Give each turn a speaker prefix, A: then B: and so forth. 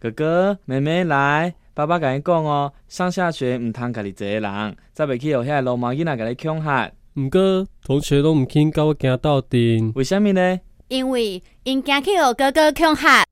A: 哥哥、妹妹来，爸爸甲你讲哦，上下学毋通家己一个人，再袂去互遐流氓囡仔甲你恐吓。
B: 毋过同学拢毋肯甲我行斗阵。
A: 为什么呢？
C: 因为因惊去互哥哥恐吓。